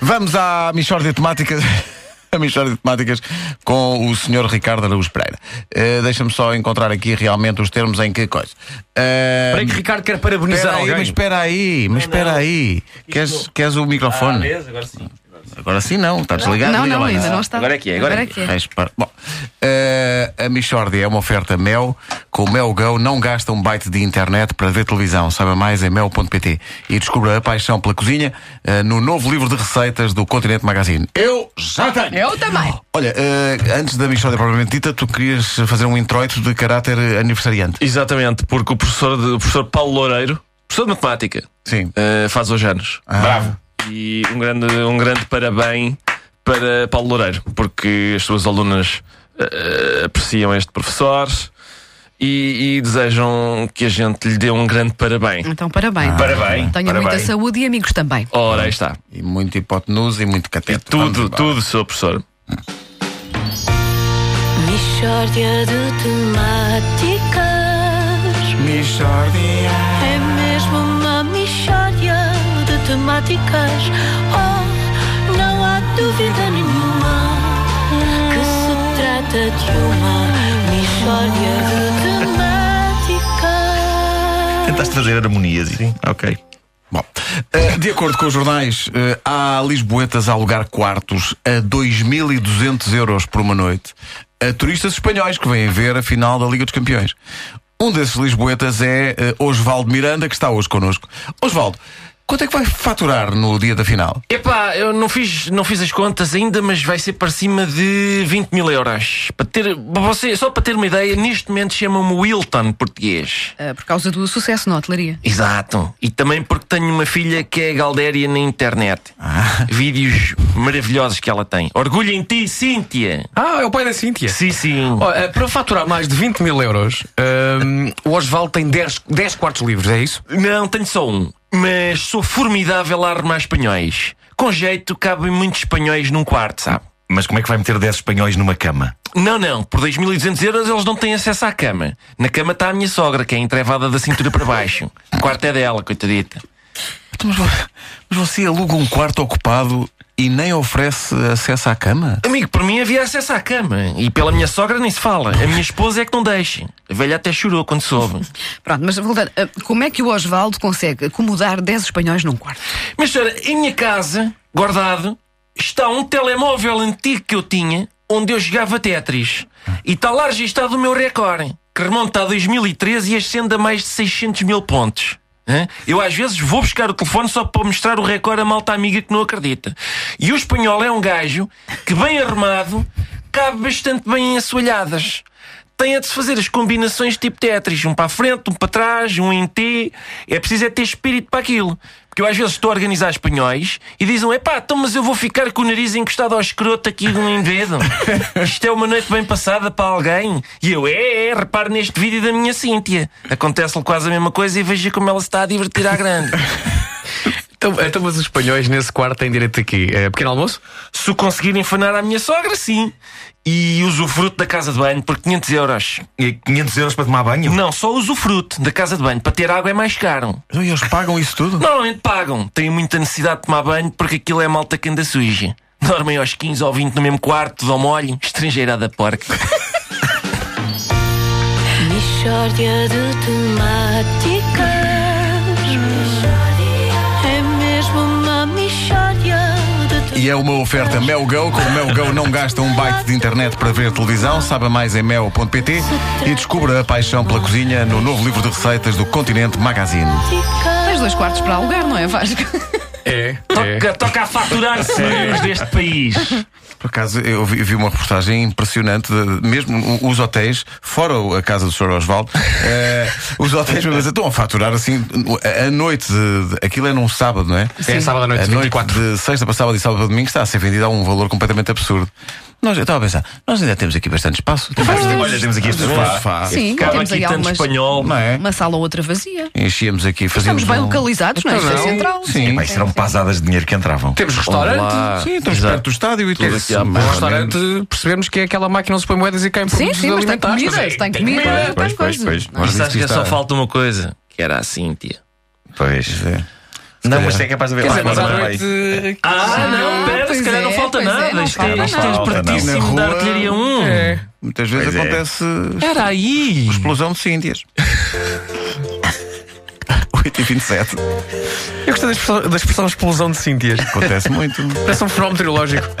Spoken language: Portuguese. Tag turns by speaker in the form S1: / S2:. S1: Vamos à Michórdia de Temáticas. A Michórdia de Temáticas com o Sr. Ricardo Araújo Pereira. Eh, Deixa-me só encontrar aqui realmente os termos em que coisa. Eh,
S2: Espera aí que o Ricardo quer parabenizar
S1: espera aí,
S2: alguém.
S1: mas espera aí, mas espera aí. Queres, queres o microfone?
S3: agora sim.
S1: Agora sim não, está desligado.
S4: Não,
S1: liga
S4: não,
S1: lá.
S4: ainda não está.
S3: Agora é que é, agora é
S4: é que é.
S1: Tens par- Bom, eh, a Michordia é uma oferta Mel. Com o Mel Go não gasta um byte de internet para ver televisão. Saiba mais em mel.pt e descubra a paixão pela cozinha eh, no novo livro de receitas do Continente Magazine. Eu já tenho!
S3: É
S4: Eu também.
S1: Olha, eh, antes da Michordia propriamente dita, tu querias fazer um introito de caráter aniversariante.
S2: Exatamente, porque o professor, de- o professor Paulo Loureiro, professor de matemática,
S1: Sim.
S2: eh, faz hoje anos.
S3: Bravo.
S2: E um grande, um grande parabéns para Paulo Loureiro, porque as suas alunas eh, apreciam este professor e, e desejam que a gente lhe dê um grande parabéns.
S4: Então, parabéns.
S2: Parabéns, Ah,
S4: Tenha
S2: parabéns.
S4: muita saúde e amigos também.
S2: Ora, aí está.
S1: E muito hipotenusa e muito cateto. Vamos
S2: Tudo,
S1: embora.
S2: tudo, seu professor.
S5: Mishória de temáticas
S1: Michórdia.
S5: É mesmo uma mishória de temáticas Oh, não há dúvida nenhuma Que se trata de uma mishória de temáticas
S3: Tentaste fazer harmonias e. Ok.
S1: Bom, eh, de acordo com os jornais, eh, há lisboetas a alugar quartos a 2.200 euros por uma noite a turistas espanhóis que vêm ver a final da Liga dos Campeões. Um desses lisboetas é eh, Osvaldo Miranda, que está hoje connosco. Osvaldo, quanto é que vai faturar no dia da final?
S2: Epá, eu não fiz, não fiz as contas ainda, mas vai ser para cima de 20 mil euros. Para ter, você, só para ter uma ideia, neste momento chama-me Wilton português.
S4: Ah, por causa do sucesso na hotelaria.
S2: Exato. E também porque tenho uma filha que é Galdéria na internet.
S6: Ah.
S2: Vídeos maravilhosos que ela tem. Orgulho em ti, Cíntia!
S6: Ah, é o pai da Cíntia.
S2: Sim, sim.
S6: Ó, eh, para faturar mais de 20 mil euros, ehm, o Osvaldo tem 10, 10 quartos livres, é isso?
S2: Não, tenho só um. Mas sou formidável a armar espanhóis. Com jeito, cabem muitos espanhóis num quarto, sabe?
S3: Mas como é que vai meter 10 espanhóis numa cama?
S2: Não, não, por 2.200 euros eles não têm acesso à cama. Na cama está a minha sogra, que é entrevada da cintura para baixo. O quarto é dela, coitadita.
S1: Então, Mas, você aluga um quarto ocupado e nem oferece acesso à cama?
S2: Amigo, por mim havia acesso à cama. E pela minha sogra nem se fala. A minha esposa é que não deixa. A velha até chorou quando soube.
S4: Pronto, mas voltando, ah, como é que o Osvaldo consegue acomodar 10 espanhóis num quarto?
S2: Mas senhora, em minha casa, guardado, está um telemóvel antigo que eu tinha, onde eu jogava Tetris. E está lá registado o meu recorde, que remonta a 2013 e ascende a mais de 600 mil pontos. Hã? Eu às vezes vou buscar o telefone só para mostrar o recorde à malta amiga que não acredita. E o espanhol é um gajo que, bem armado, cabe bastante bem em assoalhadas. Tem a de se fazer as combinações tipo Tetris, um para a frente, um para trás, um em T. É preciso é ter espírito para aquilo. Porque eu às vezes estou a organizar espanhóis e dizem: epá, então, mas eu vou ficar com o nariz encostado ao escroto aqui de um dedo. Isto é uma noite bem passada para alguém. E eu, é, é, repare neste vídeo da minha Cíntia. Acontece-lhe quase a mesma coisa e veja como ela se está a divertir à grande.
S6: Então, então, mas os espanhóis nesse quarto têm direito aqui. eh, pequeno almoço?
S2: Se o conseguirem enfanar à minha sogra, sim. E usufruto da casa de banho por 500 euros.
S3: E 500 euros para tomar banho?
S2: Não, só usufruto da casa de banho. Para ter água é mais caro.
S1: Então, e eles pagam isso tudo?
S2: Normalmente pagam. Têm muita necessidade de tomar banho porque aquilo é malta que anda suja. Dormem aos 15 ou 20 no mesmo quarto, dão molho, estrangeirada porca.
S5: Mishória de temáticas É mesmo uma mishória de temáticas
S1: E é uma oferta MelGo, com o MelGo não gasta um byte de internet para ver televisão, saiba mais em mel.pt e descubra a paixão pela cozinha no novo livro de receitas do Continente Magazine.
S4: Tens dois quartos para alugar, não é, Vasco?
S6: É.
S2: Toca, toca a faturar
S1: É.
S2: senhores deste país.
S1: Por acaso, eu vi, vi uma reportagem impressionante, de- mesmo o- os hotéis, fora a casa do Sr. Osvaldo, eh, os hotéis mesmo assim, estão a faturar assim, a a noite, de, de- aquilo é num sábado, não é?
S6: É sábado à noite,
S1: A
S6: 24.
S1: de sexta para sábado e sábado para domingo está a ser vendido a um valor completamente absurdo. Nós, eu estava a pensar, nós ainda temos aqui bastante espaço. Temos bastante-
S3: Olha, temos aqui este sofá.
S1: sofá.
S4: Sim,
S2: Cabe
S4: temos
S2: aqui
S4: aí
S2: tanto
S4: algumas.
S2: espanhol.
S1: Não é?
S4: Uma sala ou outra vazia.
S1: Enchíamos aqui, fazíamos.
S4: Estamos bem
S1: um-
S4: localizados, não é? Isto é
S6: Não.
S4: central.
S1: Sim.
S3: Epá, isto eram pasadas de dinheiro que entravam.
S6: Temos é um restaurante.
S2: Olá.
S1: Sim, estamos
S2: Exato.
S1: perto do estádio e um tudo.
S2: Tudo aqui
S1: Sim,
S2: à
S6: O
S2: mão.
S1: mas-
S6: restaurante percebemos que é aquela máquina onde se põe moedas e caem
S4: Sim,
S6: produtos
S4: sim, mas tem
S6: alimentares. é.
S4: comida, tem comida, tem
S3: Pois, pois,
S4: coisas.
S3: pois.
S1: Agora
S2: E sabes
S1: diz-te
S2: que
S1: isto
S2: só
S1: há-
S2: falta uma coisa? Que era a Cíntia.
S3: Pois.
S1: É.
S3: Não, mas é capaz de haver lá
S6: Quer dizer, mas à
S3: fora
S6: noite.
S3: também.
S6: eh,
S2: Ah, não, pera,
S4: pois
S2: se calhar
S4: é,
S2: não falta
S4: pois é,
S2: nada.
S4: não
S2: Isto
S4: falta
S2: é, isto é
S3: nada.
S1: Na
S2: espertíssimo
S1: rua-
S2: da artilharia 1.
S1: Muitas vezes
S3: Pois é.
S1: acontece
S2: Era aí.
S1: explosão de síndias. 8 e 27.
S6: eh, Eu gostei da expressão, da expressão explosão de Cíntias.
S1: Acontece muito.
S6: Parece um fenómeno meteorológico.